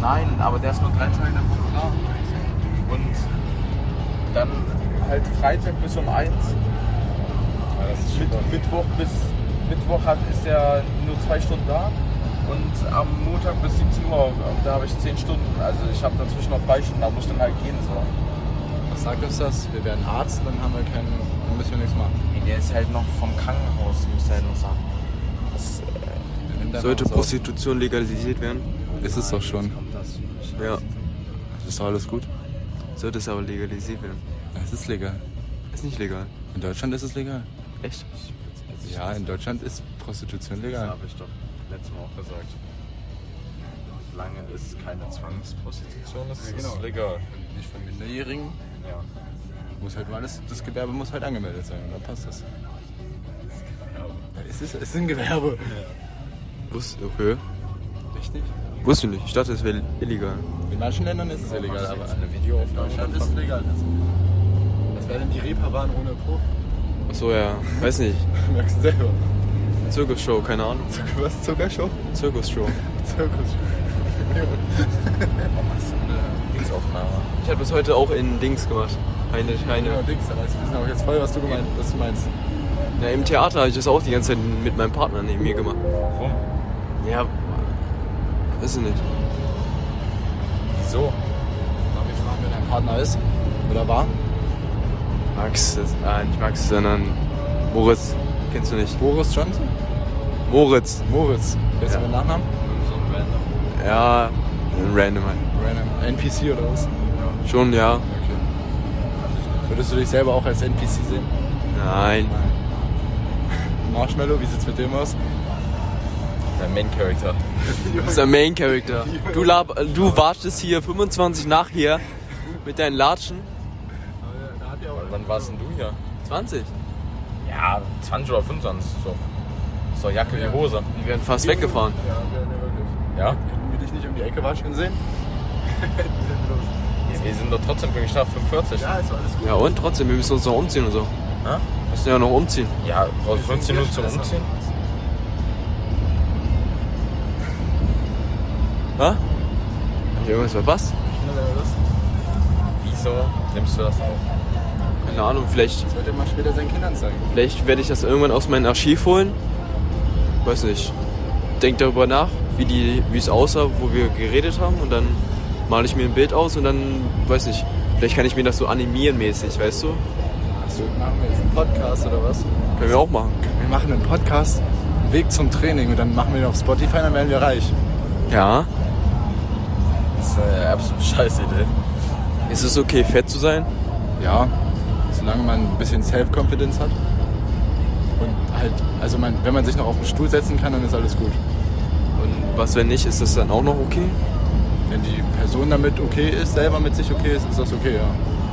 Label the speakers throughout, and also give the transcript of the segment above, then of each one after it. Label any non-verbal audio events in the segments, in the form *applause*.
Speaker 1: Nein, aber der ist nur drei Tage in der Woche da. Und dann halt Freitag bis um eins.
Speaker 2: Ja, das ist
Speaker 1: Mit,
Speaker 2: super.
Speaker 1: Mittwoch bis Mittwoch hat, ist er nur zwei Stunden da. Und am Montag bis 17 Uhr, da habe ich zehn Stunden. Also ich habe dazwischen noch drei Stunden, da muss ich dann halt gehen. So.
Speaker 3: Was sagt uns das? Wir werden Arzt, dann haben wir keinen, dann müssen wir nichts machen.
Speaker 1: Ey, Der ist halt noch vom Krankenhaus, muss ich halt noch sagen. Das,
Speaker 3: Wir nehmen dann
Speaker 4: Sollte
Speaker 3: alles auf.
Speaker 4: Prostitution legalisiert werden?
Speaker 3: Ist es doch schon.
Speaker 1: Ah, kommt das.
Speaker 4: Ja.
Speaker 3: Ist doch alles gut.
Speaker 4: Sollte es aber legalisiert werden.
Speaker 3: Es ist legal.
Speaker 4: Ist nicht legal.
Speaker 3: In Deutschland ist es legal.
Speaker 4: Echt?
Speaker 1: also
Speaker 3: Ja, in Deutschland ist Prostitution
Speaker 1: Das
Speaker 3: legal.
Speaker 1: habe ich doch letztes Mal auch gesagt. Solange es keine Zwangsprostitution ist,
Speaker 3: genau.
Speaker 1: ist es legal.
Speaker 3: Nicht von Minderjährigen.
Speaker 1: Ja.
Speaker 3: Muss halt nur alles, das Gewerbe muss halt angemeldet sein und dann passt das. Ja, Es ist, es ist ein Gewerbe.
Speaker 4: Wusst, okay.
Speaker 3: Richtig.
Speaker 4: Wusste ich nicht. Ich dachte, es wäre illegal.
Speaker 3: In manchen Ländern ist es illegal, aber in
Speaker 1: Videoaufnahme.
Speaker 3: Deutschland ist es legal. Das wäre denn die Reeperbahn ohne Prof.
Speaker 4: Achso, ja. Weiß nicht.
Speaker 3: *laughs* Merkst du selber.
Speaker 4: Zirkusshow, keine Ahnung.
Speaker 3: Was? Zuckershow?
Speaker 4: Zirkusshow.
Speaker 3: Zirkus.
Speaker 1: Videoaufnahme.
Speaker 4: Ich habe bis heute auch in Dings gemacht. Heinrich
Speaker 3: Genau,
Speaker 4: Heine.
Speaker 3: Dings, aber ich wissen auch jetzt voll, was du gemeint, was du meinst.
Speaker 4: Ja, im Theater habe ich das auch die ganze Zeit mit meinem Partner neben mir gemacht.
Speaker 1: Warum?
Speaker 4: Ja. Weiß ich nicht.
Speaker 1: Wieso?
Speaker 3: Darf ich fragen, wer dein Partner ist? Oder war?
Speaker 4: Max ist. Ah, nicht Max, sondern Moritz. Kennst du nicht?
Speaker 3: Boris Johnson?
Speaker 4: Moritz.
Speaker 3: Moritz. Wer ist
Speaker 4: Ja.
Speaker 3: ja. Nachnamen?
Speaker 1: So ein random.
Speaker 4: Ja. Random halt.
Speaker 3: Random. NPC oder was?
Speaker 4: Schon, ja.
Speaker 3: Okay. Würdest du dich selber auch als NPC sehen?
Speaker 4: Nein.
Speaker 3: *laughs* Marshmallow, wie sieht's mit dem aus?
Speaker 1: Dein Main Character.
Speaker 4: Das ist der Main Character. Du, lab, äh, du wartest hier 25 nach hier mit deinen Latschen.
Speaker 1: Wann warst denn du hier?
Speaker 4: 20.
Speaker 1: Ja, 20 oder 25. So. So, Jacke wie Hose.
Speaker 4: Wir wären fast weggefahren.
Speaker 3: Ja, wir wirklich.
Speaker 1: Ja?
Speaker 3: Hätten wir dich nicht um die Ecke waschen sehen?
Speaker 1: Wir sind doch trotzdem pünktlich nach 45.
Speaker 3: Ja, ist alles gut.
Speaker 4: Ja und trotzdem, wir müssen uns noch umziehen und so. Wir
Speaker 1: Ja,
Speaker 4: müssen ja noch umziehen.
Speaker 1: ja brauchst du 15 Minuten zum Umziehen?
Speaker 4: Ha? Hab ich irgendwas verpasst?
Speaker 1: Wieso nimmst du das auf?
Speaker 4: Keine Ahnung, vielleicht,
Speaker 3: Sollte mal später seinen Kindern zeigen.
Speaker 4: vielleicht werde ich das irgendwann aus meinem Archiv holen. Weiß nicht. Denk darüber nach, wie die, wie es aussah, wo wir geredet haben und dann male ich mir ein Bild aus und dann, weiß nicht, vielleicht kann ich mir das so animieren mäßig, weißt du?
Speaker 3: Achso, machen wir jetzt einen Podcast oder was?
Speaker 4: Können wir auch machen.
Speaker 3: Wir machen einen Podcast, Weg zum Training und dann machen wir ihn auf Spotify, dann werden wir reich. äh,
Speaker 4: Ja.
Speaker 1: Das ist eine absolute Scheißidee.
Speaker 4: Ist es okay, fett zu sein?
Speaker 3: Ja, solange man ein bisschen Self-Confidence hat. Und halt, also man, wenn man sich noch auf den Stuhl setzen kann, dann ist alles gut.
Speaker 4: Und was, wenn nicht, ist das dann auch noch okay?
Speaker 3: Wenn die Person damit okay ist, selber mit sich okay ist, ist das okay, ja.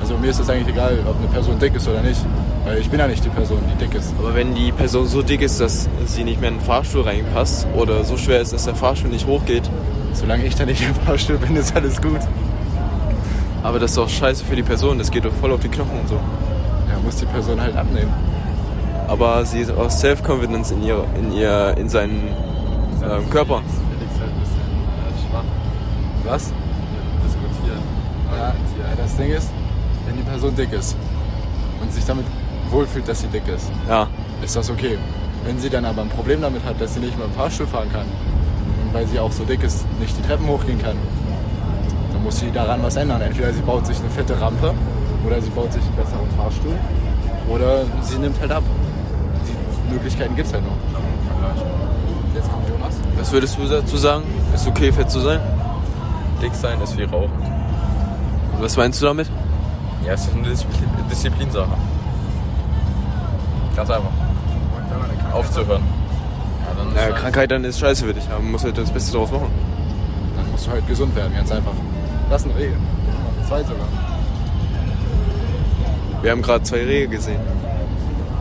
Speaker 3: Also mir ist das eigentlich egal, ob eine Person dick ist oder nicht. Weil ich bin ja nicht die Person, die dick ist.
Speaker 4: Aber wenn die Person so dick ist, dass sie nicht mehr in den Fahrstuhl reinpasst oder so schwer ist, dass der Fahrstuhl nicht hochgeht,
Speaker 3: Solange ich da nicht *laughs* im Fahrstuhl bin, ist alles gut.
Speaker 4: aber das ist doch scheiße für die Person, das geht doch voll auf die Knochen und so.
Speaker 3: Ja, muss die Person halt abnehmen.
Speaker 4: Aber sie ist aus Self-Confidence in, ihr, in, ihr, in seinen ähm, Körper.
Speaker 2: Felix halt ein bisschen äh, schwach
Speaker 3: Was?
Speaker 2: diskutiert.
Speaker 3: Ja, ja,
Speaker 2: argumentiert.
Speaker 3: das Ding ist, wenn die Person dick ist und sich damit wohlfühlt, dass sie dick ist,
Speaker 4: Ja,
Speaker 3: ist das okay. Wenn sie dann aber ein Problem damit hat, dass sie nicht mehr im Fahrstuhl fahren kann, und weil sie auch so dick ist, nicht die Treppen hochgehen kann, dann muss sie daran was ändern. Entweder sie baut sich eine fette Rampe oder sie baut sich einen besseren Fahrstuhl oder sie nimmt halt ab. Die Möglichkeiten gibt es halt noch. Jetzt kommt Jonas.
Speaker 4: was würdest du dazu sagen? Ist okay, fett zu sein?
Speaker 1: Dick sein ist wie Rauchen.
Speaker 4: Was meinst du damit?
Speaker 1: Ja, es ist eine Diszipl- Disziplinsache. Ganz einfach. Aufzuhören. Ja, dann
Speaker 4: Ja, Krankheit dann ist scheiße für dich, aber man muss halt das Beste daraus machen.
Speaker 3: Dann musst du halt gesund werden, ganz einfach. Das ist eine Regel. Zwei sogar.
Speaker 4: Wir haben gerade zwei Rehe gesehen.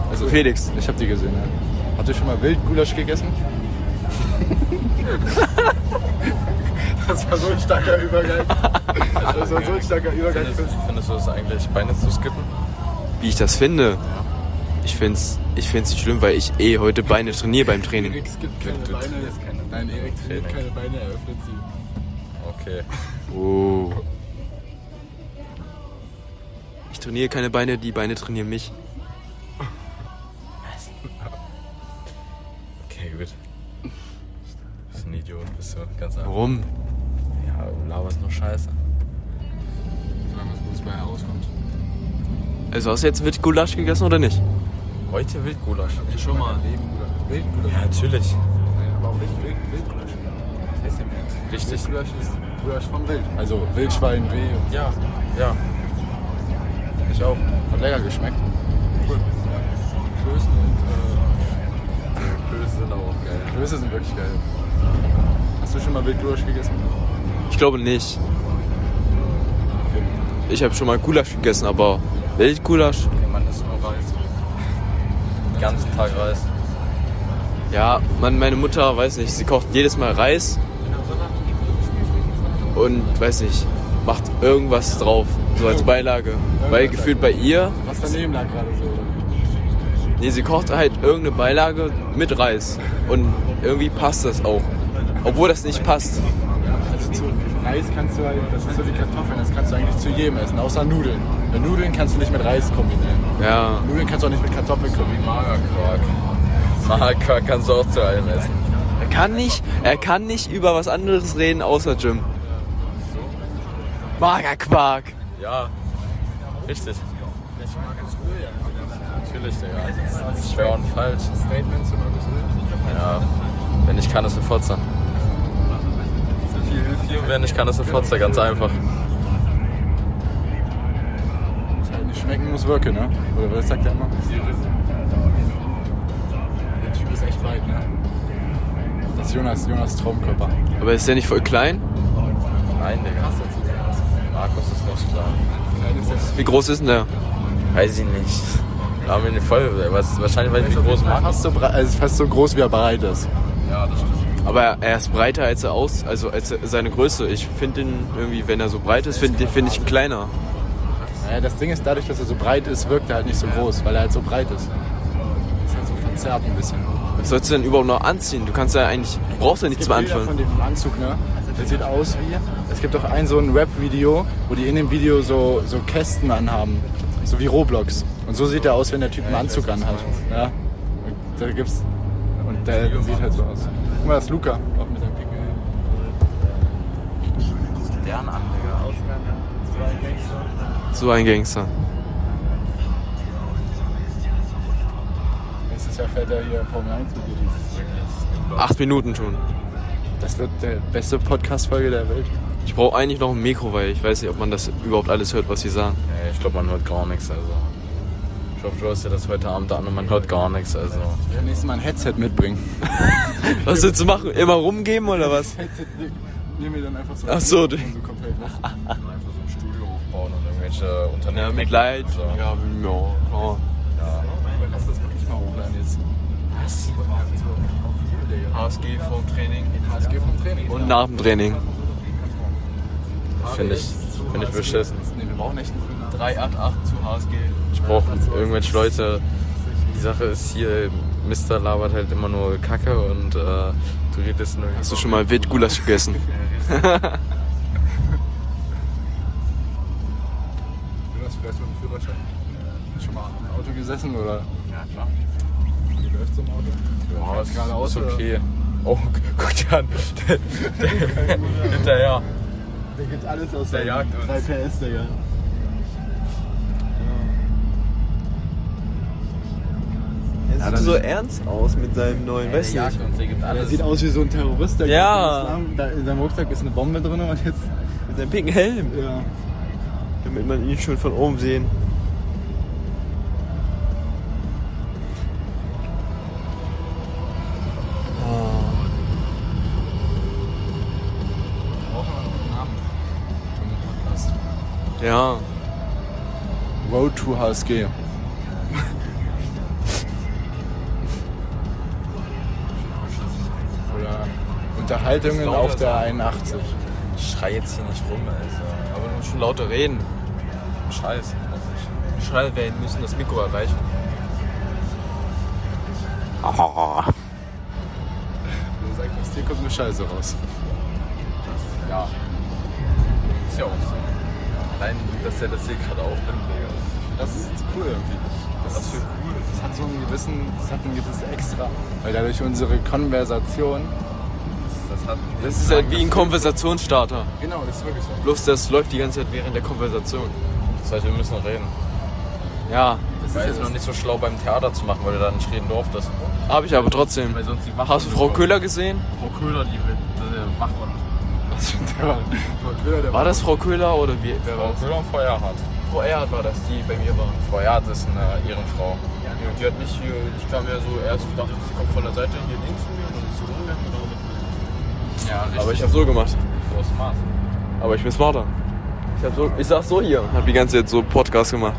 Speaker 4: Also Felix.
Speaker 3: Ich hab die gesehen, ja. Habt ihr schon mal Wildgulasch gegessen? *laughs* das war so ein starker Übergang. Das war so ein starker Übergang.
Speaker 1: Findest, findest du es eigentlich, Beine zu skippen?
Speaker 4: wie ich das finde. Ich finde es ich find's nicht schlimm, weil ich eh heute Beine trainiere beim Training.
Speaker 3: Erik gibt keine
Speaker 1: Du
Speaker 3: Beine.
Speaker 1: trainierst keine
Speaker 3: Nein, Erik
Speaker 1: Training.
Speaker 3: trainiert keine Beine, er öffnet sie.
Speaker 1: Okay.
Speaker 3: Okay.
Speaker 4: Oh. Ich trainiere keine Beine, die Beine trainieren mich.
Speaker 1: Okay, gut. Bist ein Idiot, bist du, ganz einfach.
Speaker 4: Warum?
Speaker 1: Ja, du laberst nur Scheiße.
Speaker 3: Solange was Gutes bei herauskommt.
Speaker 4: Also hast du jetzt mit Gulasch gegessen oder nicht?
Speaker 1: Heute Wildgulasch.
Speaker 2: Ja, schon mal.
Speaker 3: Wildgulasch.
Speaker 1: Ja, natürlich.
Speaker 3: Nein, aber auch nicht Wild, Wildgulasch.
Speaker 1: Richtig.
Speaker 3: Wildgulasch ist Gulasch vom Wild. Also Wildschwein, Weh.
Speaker 1: Ja, ja. Ich auch.
Speaker 3: Hat lecker geschmeckt.
Speaker 2: Klößen und äh, Klöße sind aber auch geil.
Speaker 3: Klöße äh, sind wirklich geil. Hast du schon mal Wildgulasch gegessen?
Speaker 4: Ich glaube nicht. Ich habe schon mal Gulasch gegessen, aber Wildgulasch?
Speaker 1: Man isst nur Reis. Den ganzen Tag Reis.
Speaker 4: Ja, man, meine Mutter, weiß nicht, sie kocht jedes Mal Reis und, weiß nicht, macht irgendwas drauf, so als Beilage. Weil gefühlt bei ihr,
Speaker 3: Was daneben lag gerade so.
Speaker 4: nee, sie kocht halt irgendeine Beilage mit Reis. Und irgendwie passt das auch. Obwohl das nicht passt.
Speaker 3: Also zu Reis kannst du halt, das ist so wie Kartoffeln, das kannst du eigentlich zu jedem essen, außer Nudeln. Weil Nudeln kannst du nicht mit Reis kombinieren.
Speaker 4: Ja,
Speaker 3: Nudeln kannst du auch nicht mit Kartoffeln kombinieren.
Speaker 1: Magerquark. Magerquark kannst du auch zu allem essen.
Speaker 4: er kann nicht, er kann nicht über was anderes reden außer Jim. Magerquark.
Speaker 1: Ja, richtig. Natürlich, Digga. Das ist schwer und falsch.
Speaker 3: Statement zu Markus
Speaker 1: Ja. Wenn ich kann, ist eine Forza. Wenn ich kann, ist eine Forza. Ganz einfach.
Speaker 3: Was halt nicht schmecken muss, wirken, ne? Oder was sagt der immer? Der Typ ist echt weit, ne? Das ist Jonas, Jonas Traumkörper.
Speaker 4: Aber ist der nicht voll klein?
Speaker 1: Nein, Digga. Markus ist noch klar.
Speaker 4: Wie groß ist denn der?
Speaker 1: Weiß ich nicht. Da haben wir den voll. Was, wahrscheinlich weiß ich, wie groß Markus
Speaker 3: Fast so, brei- also ist fast so groß, wie er breit ist.
Speaker 1: Ja, das stimmt.
Speaker 4: Aber er, er ist breiter als er aus, also als er- seine Größe. Ich finde ihn irgendwie, wenn er so breit ist, finde find ich ihn kleiner.
Speaker 3: Naja, das Ding ist, dadurch, dass er so breit ist, wirkt er halt nicht so groß, weil er halt so breit ist. Ist halt so verzerrt ein bisschen.
Speaker 4: Was sollst du denn überhaupt noch anziehen? Du kannst ja eigentlich, du brauchst ja nichts
Speaker 3: Es
Speaker 4: mehr
Speaker 3: gibt Bilder
Speaker 4: anfangen.
Speaker 3: von dem Anzug, ne? Der sieht aus wie. Es gibt auch ein so ein Rap-Video, wo die in dem Video so, so Kästen anhaben. So wie Roblox. Und so sieht er aus, wenn der Typ einen Anzug anhat. Ja. Und da gibt's. Und der sieht halt so aus. Guck mal, das ist Luca. Auch mit seinem Pickel.
Speaker 1: Deren an, Digga.
Speaker 4: So ein Gangster.
Speaker 3: Nächstes Jahr fährt er hier Formel 1 mit dir.
Speaker 4: Acht Minuten schon.
Speaker 3: Das wird der beste Podcast-Folge der Welt.
Speaker 4: Ich brauche eigentlich noch ein Mikro, weil ich weiß nicht, ob man das überhaupt alles hört, was sie sagen.
Speaker 1: Nee, ich glaube, man hört gar nichts. Also. Ich hoffe, du hast dir das heute Abend an und man hört gar nichts. Also.
Speaker 3: Ich werde nächstes Mal ein Headset mitbringen.
Speaker 4: Was willst du machen? Immer rumgeben oder was?
Speaker 3: Headset nehmen wir dann einfach so.
Speaker 4: Ach so,
Speaker 3: Und so komplett *laughs* was.
Speaker 1: Einfach so ein Studio aufbauen und irgendwelche
Speaker 4: Ja,
Speaker 1: Unternehmen. Also,
Speaker 4: mit Leid.
Speaker 1: So.
Speaker 4: Ja, ja, klar.
Speaker 3: Lass das wirklich mal hochladen jetzt. Was?
Speaker 2: HSG vom Training.
Speaker 3: HSG vom Training.
Speaker 4: Und nach dem Training.
Speaker 1: Finde ich, find ich beschissen.
Speaker 3: Nee, wir brauchen echt einen
Speaker 2: 388 zu HSG.
Speaker 1: Ich brauche irgendwelche Leute. Die Sache ist hier, Mister labert halt immer nur Kacke und äh, du redest nur.
Speaker 4: Hast du schon mal Wildgulasch gegessen?
Speaker 3: Du hast vielleicht schon einen Führerschein. Schon mal im Auto gesessen oder? Ja, klar. Wie läuft's im Auto?
Speaker 1: Ja, ist,
Speaker 3: geradeaus,
Speaker 1: ist okay. Oh, *laughs* guck dir an. Der- der- Hinterher.
Speaker 3: Der geht alles aus
Speaker 1: Der jagt uns.
Speaker 3: 3 PS, Digga.
Speaker 5: Er sieht so ernst aus mit seinem neuen
Speaker 1: Der jagt uns, der gibt
Speaker 3: Der
Speaker 1: alles.
Speaker 3: sieht aus wie so ein Terrorist. Der
Speaker 4: Ja.
Speaker 3: kommt vom Islam. Da in seinem Rucksack ist eine Bombe drin und jetzt.
Speaker 5: Mit seinem pinken Helm.
Speaker 3: Ja.
Speaker 5: Damit man ihn schon von oben sehen.
Speaker 4: Ja.
Speaker 3: Road to HSG. Oder Unterhaltungen auf der 81.
Speaker 1: Schrei jetzt hier nicht rum, also.
Speaker 4: Aber du musst schon lauter reden.
Speaker 1: Scheiße.
Speaker 4: Schall werden müssen, das Mikro erreichen.
Speaker 3: Du sagst, aus dir kommt eine Scheiße raus. Ja.
Speaker 6: ist ja auch
Speaker 1: Nein, dass er das hier gerade aufnimmt, Digga.
Speaker 3: Das ist cool irgendwie. Das, ist cool. Das hat so einen gewissen, das hat ein gewisses Extra. Weil dadurch unsere Konversation.
Speaker 1: Das hat
Speaker 4: Das ist halt wie ein Konversationsstarter.
Speaker 3: Genau, das ist wirklich so.
Speaker 4: Bloß das läuft die ganze Zeit während der Konversation.
Speaker 1: Das heißt, wir müssen reden.
Speaker 4: Ja,
Speaker 1: Das ist jetzt noch nicht so schlau beim Theater zu machen, weil du da nicht reden durftest.
Speaker 4: habe ich aber trotzdem.
Speaker 1: Weil sonst die Wache.
Speaker 4: Hast du Frau Köhler gesehen?
Speaker 1: Frau Köhler, die wird äh, wach und.
Speaker 7: *laughs*
Speaker 3: Der war, der
Speaker 4: War das Frau Köhler oder wie? Wer
Speaker 1: Frau
Speaker 4: war
Speaker 1: Köhler und Frau Erhardt.
Speaker 4: Frau Erhard war das, die bei mir war.
Speaker 1: Frau Erhardt ist eine Ehrenfrau.
Speaker 7: Ja, die hat mich hier, ich kam ja so erst, dachte ich, sie kommt von der Seite hier links zu mir und dann ist sie rumgegangen und dann
Speaker 1: Ja, richtig.
Speaker 4: Aber ich habe so gemacht.
Speaker 1: so smart.
Speaker 4: Aber ich bin smarter. Ich, hab so, ich saß so hier. Hab die ganze Zeit so Podcast gemacht.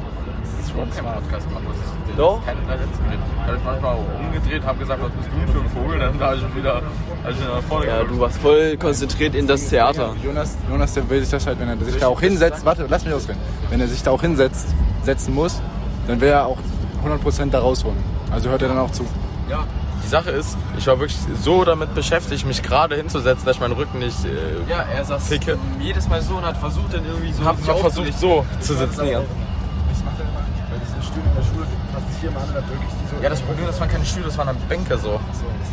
Speaker 6: Ich hab keinen Podcast gemacht. Das ist, das
Speaker 4: Doch.
Speaker 6: ist keine drei Sätze geredet. Ich habe mich manchmal umgedreht, habe gesagt, was bist du für ein Vogel? Dann habe ich schon wieder hab ich nach vorne
Speaker 4: Ja,
Speaker 6: geguckt.
Speaker 4: du warst voll konzentriert in das Theater.
Speaker 3: Jonas, Jonas, der will sich das halt, wenn er sich da auch hinsetzt, warte, lass mich ausreden. Wenn er sich da auch hinsetzt, setzen muss, dann will er auch 100% da rausholen. Also hört er dann auch zu.
Speaker 1: Die Sache ist, ich war wirklich so damit beschäftigt, mich gerade hinzusetzen, dass ich meinen Rücken nicht. Äh,
Speaker 7: Ja, er saß
Speaker 1: Ficke.
Speaker 7: jedes Mal so und hat versucht dann irgendwie so.
Speaker 1: hab ich auch versucht, so zu sitzen. Ja.
Speaker 3: Ich mache immer bei diesen Stühlen in der Schule, was ich hier mache, da wirklich die so.
Speaker 1: Ja, das Problem, das waren keine Stühle, das waren dann Bänke so.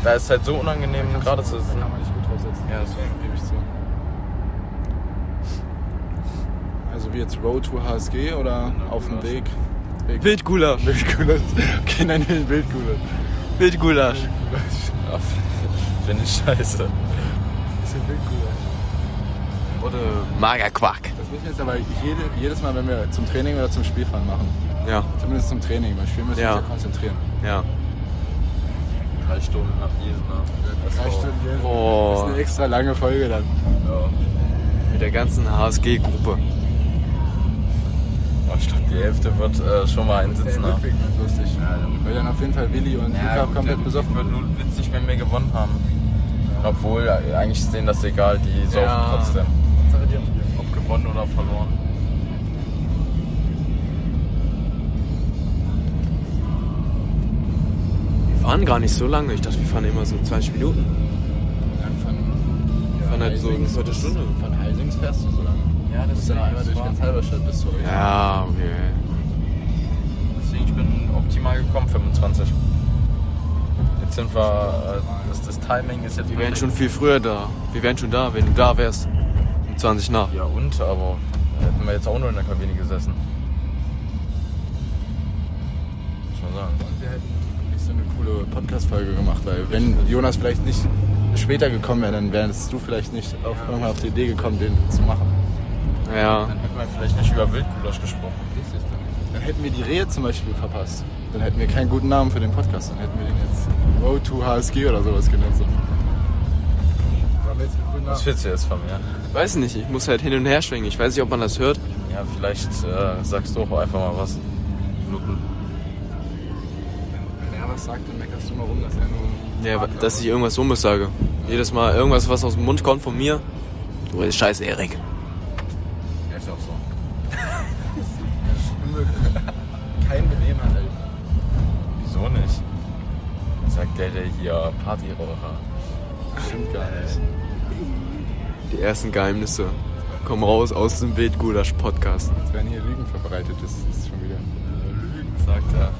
Speaker 1: Da ist halt so unangenehm, gerade zu sitzen.
Speaker 3: man nicht gut draufsetzen.
Speaker 1: Ja, das gebe ich zu.
Speaker 3: Also wie jetzt Road to HSG oder auf dem Weg? Weg.
Speaker 4: Wildgulasch.
Speaker 3: Wildgulasch. Okay, nein, nicht Wildgulasch.
Speaker 4: Wildgulasch.
Speaker 1: Ja, *laughs* Finde ich scheiße.
Speaker 3: Das ist Wildgulasch.
Speaker 4: Oder Magerquark.
Speaker 3: Das müssen wir jetzt aber jede, jedes Mal, wenn wir zum Training oder zum Spielfahren machen.
Speaker 4: Ja,
Speaker 3: Zumindest zum Training, weil Spielen müssen wir
Speaker 4: Ja.
Speaker 3: uns ja konzentrieren.
Speaker 4: ja.
Speaker 1: Drei Stunden nach ne? Jesena.
Speaker 3: Drei Stunden hier. Das ist
Speaker 4: Oh,
Speaker 3: eine extra lange Folge dann.
Speaker 4: mit der ganzen HSG-Gruppe.
Speaker 1: Oh, ich glaube, die Hälfte wird äh, schon mal ein
Speaker 3: Der
Speaker 1: Sitzen haben.
Speaker 3: Rückweg wird lustig. Weil dann auf jeden Fall Willi und Luca komplett besoffen.
Speaker 1: Wird nur witzig, wenn wir gewonnen haben. Obwohl, äh, eigentlich ist denen das egal, die saufen
Speaker 7: Ja.
Speaker 1: trotzdem. Ob gewonnen oder verloren.
Speaker 4: Wir fahren gar nicht so lange. Ich dachte, wir fahren immer so 20 Minuten.
Speaker 3: Dann Von,
Speaker 4: Wir fahren halt so eine
Speaker 3: Heisings
Speaker 4: Viertelstunde.
Speaker 3: von Heisings fährst du so lange.
Speaker 1: Ja, das
Speaker 3: Musst dann einmal durch ganz Halberstadt bis zur
Speaker 4: Ja, okay.
Speaker 1: Deswegen, ich bin optimal gekommen, 25. Jetzt sind wir, äh, das, das Timing ist jetzt...
Speaker 4: Wir wären schon viel früher da. Wir wären schon da, wenn du da wärst. Um 20 nach.
Speaker 1: Ja und, aber hätten wir jetzt auch nur in der Kabine gesessen. Muss man sagen.
Speaker 3: Wir hätten halt nicht so eine coole Podcast-Folge gemacht, weil wenn Jonas vielleicht nicht später gekommen wäre, dann wärst du vielleicht nicht auf, irgendwann auf die Idee gekommen, den zu machen.
Speaker 4: Ja.
Speaker 1: Dann hätten wir vielleicht nicht über Wildgulasch gesprochen.
Speaker 3: Dann hätten wir die Rehe zum Beispiel verpasst. Dann hätten wir keinen guten Namen für den Podcast. Dann hätten wir den jetzt Road to HSG oder sowas genannt. So.
Speaker 1: Was willst du jetzt von mir?
Speaker 4: Weiß nicht, ich muss halt hin und her schwingen. Ich weiß nicht, ob man das hört.
Speaker 1: Ja, vielleicht äh, sagst du auch einfach mal was.
Speaker 3: Wenn er was sagt, dann meckerst du mal rum, dass er nur...
Speaker 4: Ja, dass ich irgendwas Dummes sage. Jedes Mal irgendwas, was aus dem Mund kommt von mir. Du bist scheiße, Erik.
Speaker 1: Ja, ich auch so.
Speaker 3: kein Benehmen hat.
Speaker 1: Wieso nicht? Dann sagt der, der hier Partyraucher.
Speaker 3: Stimmt gar nicht.
Speaker 4: Die ersten Geheimnisse kommen raus aus dem Wildgulasch-Podcast.
Speaker 3: Als wären hier Lügen verbreitet. Das ist schon wieder...
Speaker 1: Lügen, sagt er.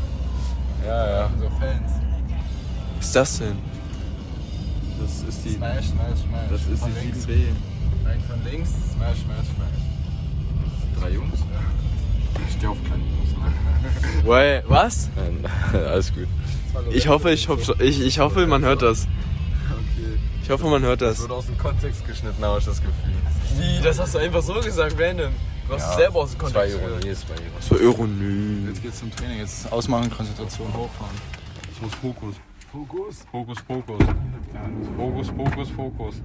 Speaker 1: Ja, ja.
Speaker 3: So Fans.
Speaker 4: Was ist das denn?
Speaker 1: Das ist die.
Speaker 3: Smash, smash, smash.
Speaker 1: Das ist
Speaker 3: Von
Speaker 1: die
Speaker 3: links.
Speaker 1: 7B.
Speaker 3: Nein, von links. Smash, smash, smash.
Speaker 1: Drei Jungs?
Speaker 3: Ich stehe auf ne? kleine Jungs.
Speaker 4: Weil, was?
Speaker 1: Nein, *laughs* alles gut.
Speaker 4: Ich hoffe, ich hoffe, ich, ich hoffe, man hört das.
Speaker 1: Okay.
Speaker 4: Ich hoffe, man hört
Speaker 1: Das
Speaker 4: das.
Speaker 1: wird aus dem Kontext geschnitten, habe ich das Gefühl.
Speaker 4: Wie, das hast du einfach so gesagt, random. Du hast es selber aus dem
Speaker 1: Zwei Ironie ist bei Ironie.
Speaker 4: Zur Ironie.
Speaker 3: Jetzt geht's zum Training. Jetzt ausmachen, Konzentration hochfahren.
Speaker 1: Ich muss Fokus. Fokus? Fokus, Fokus. Fokus, Fokus, Fokus.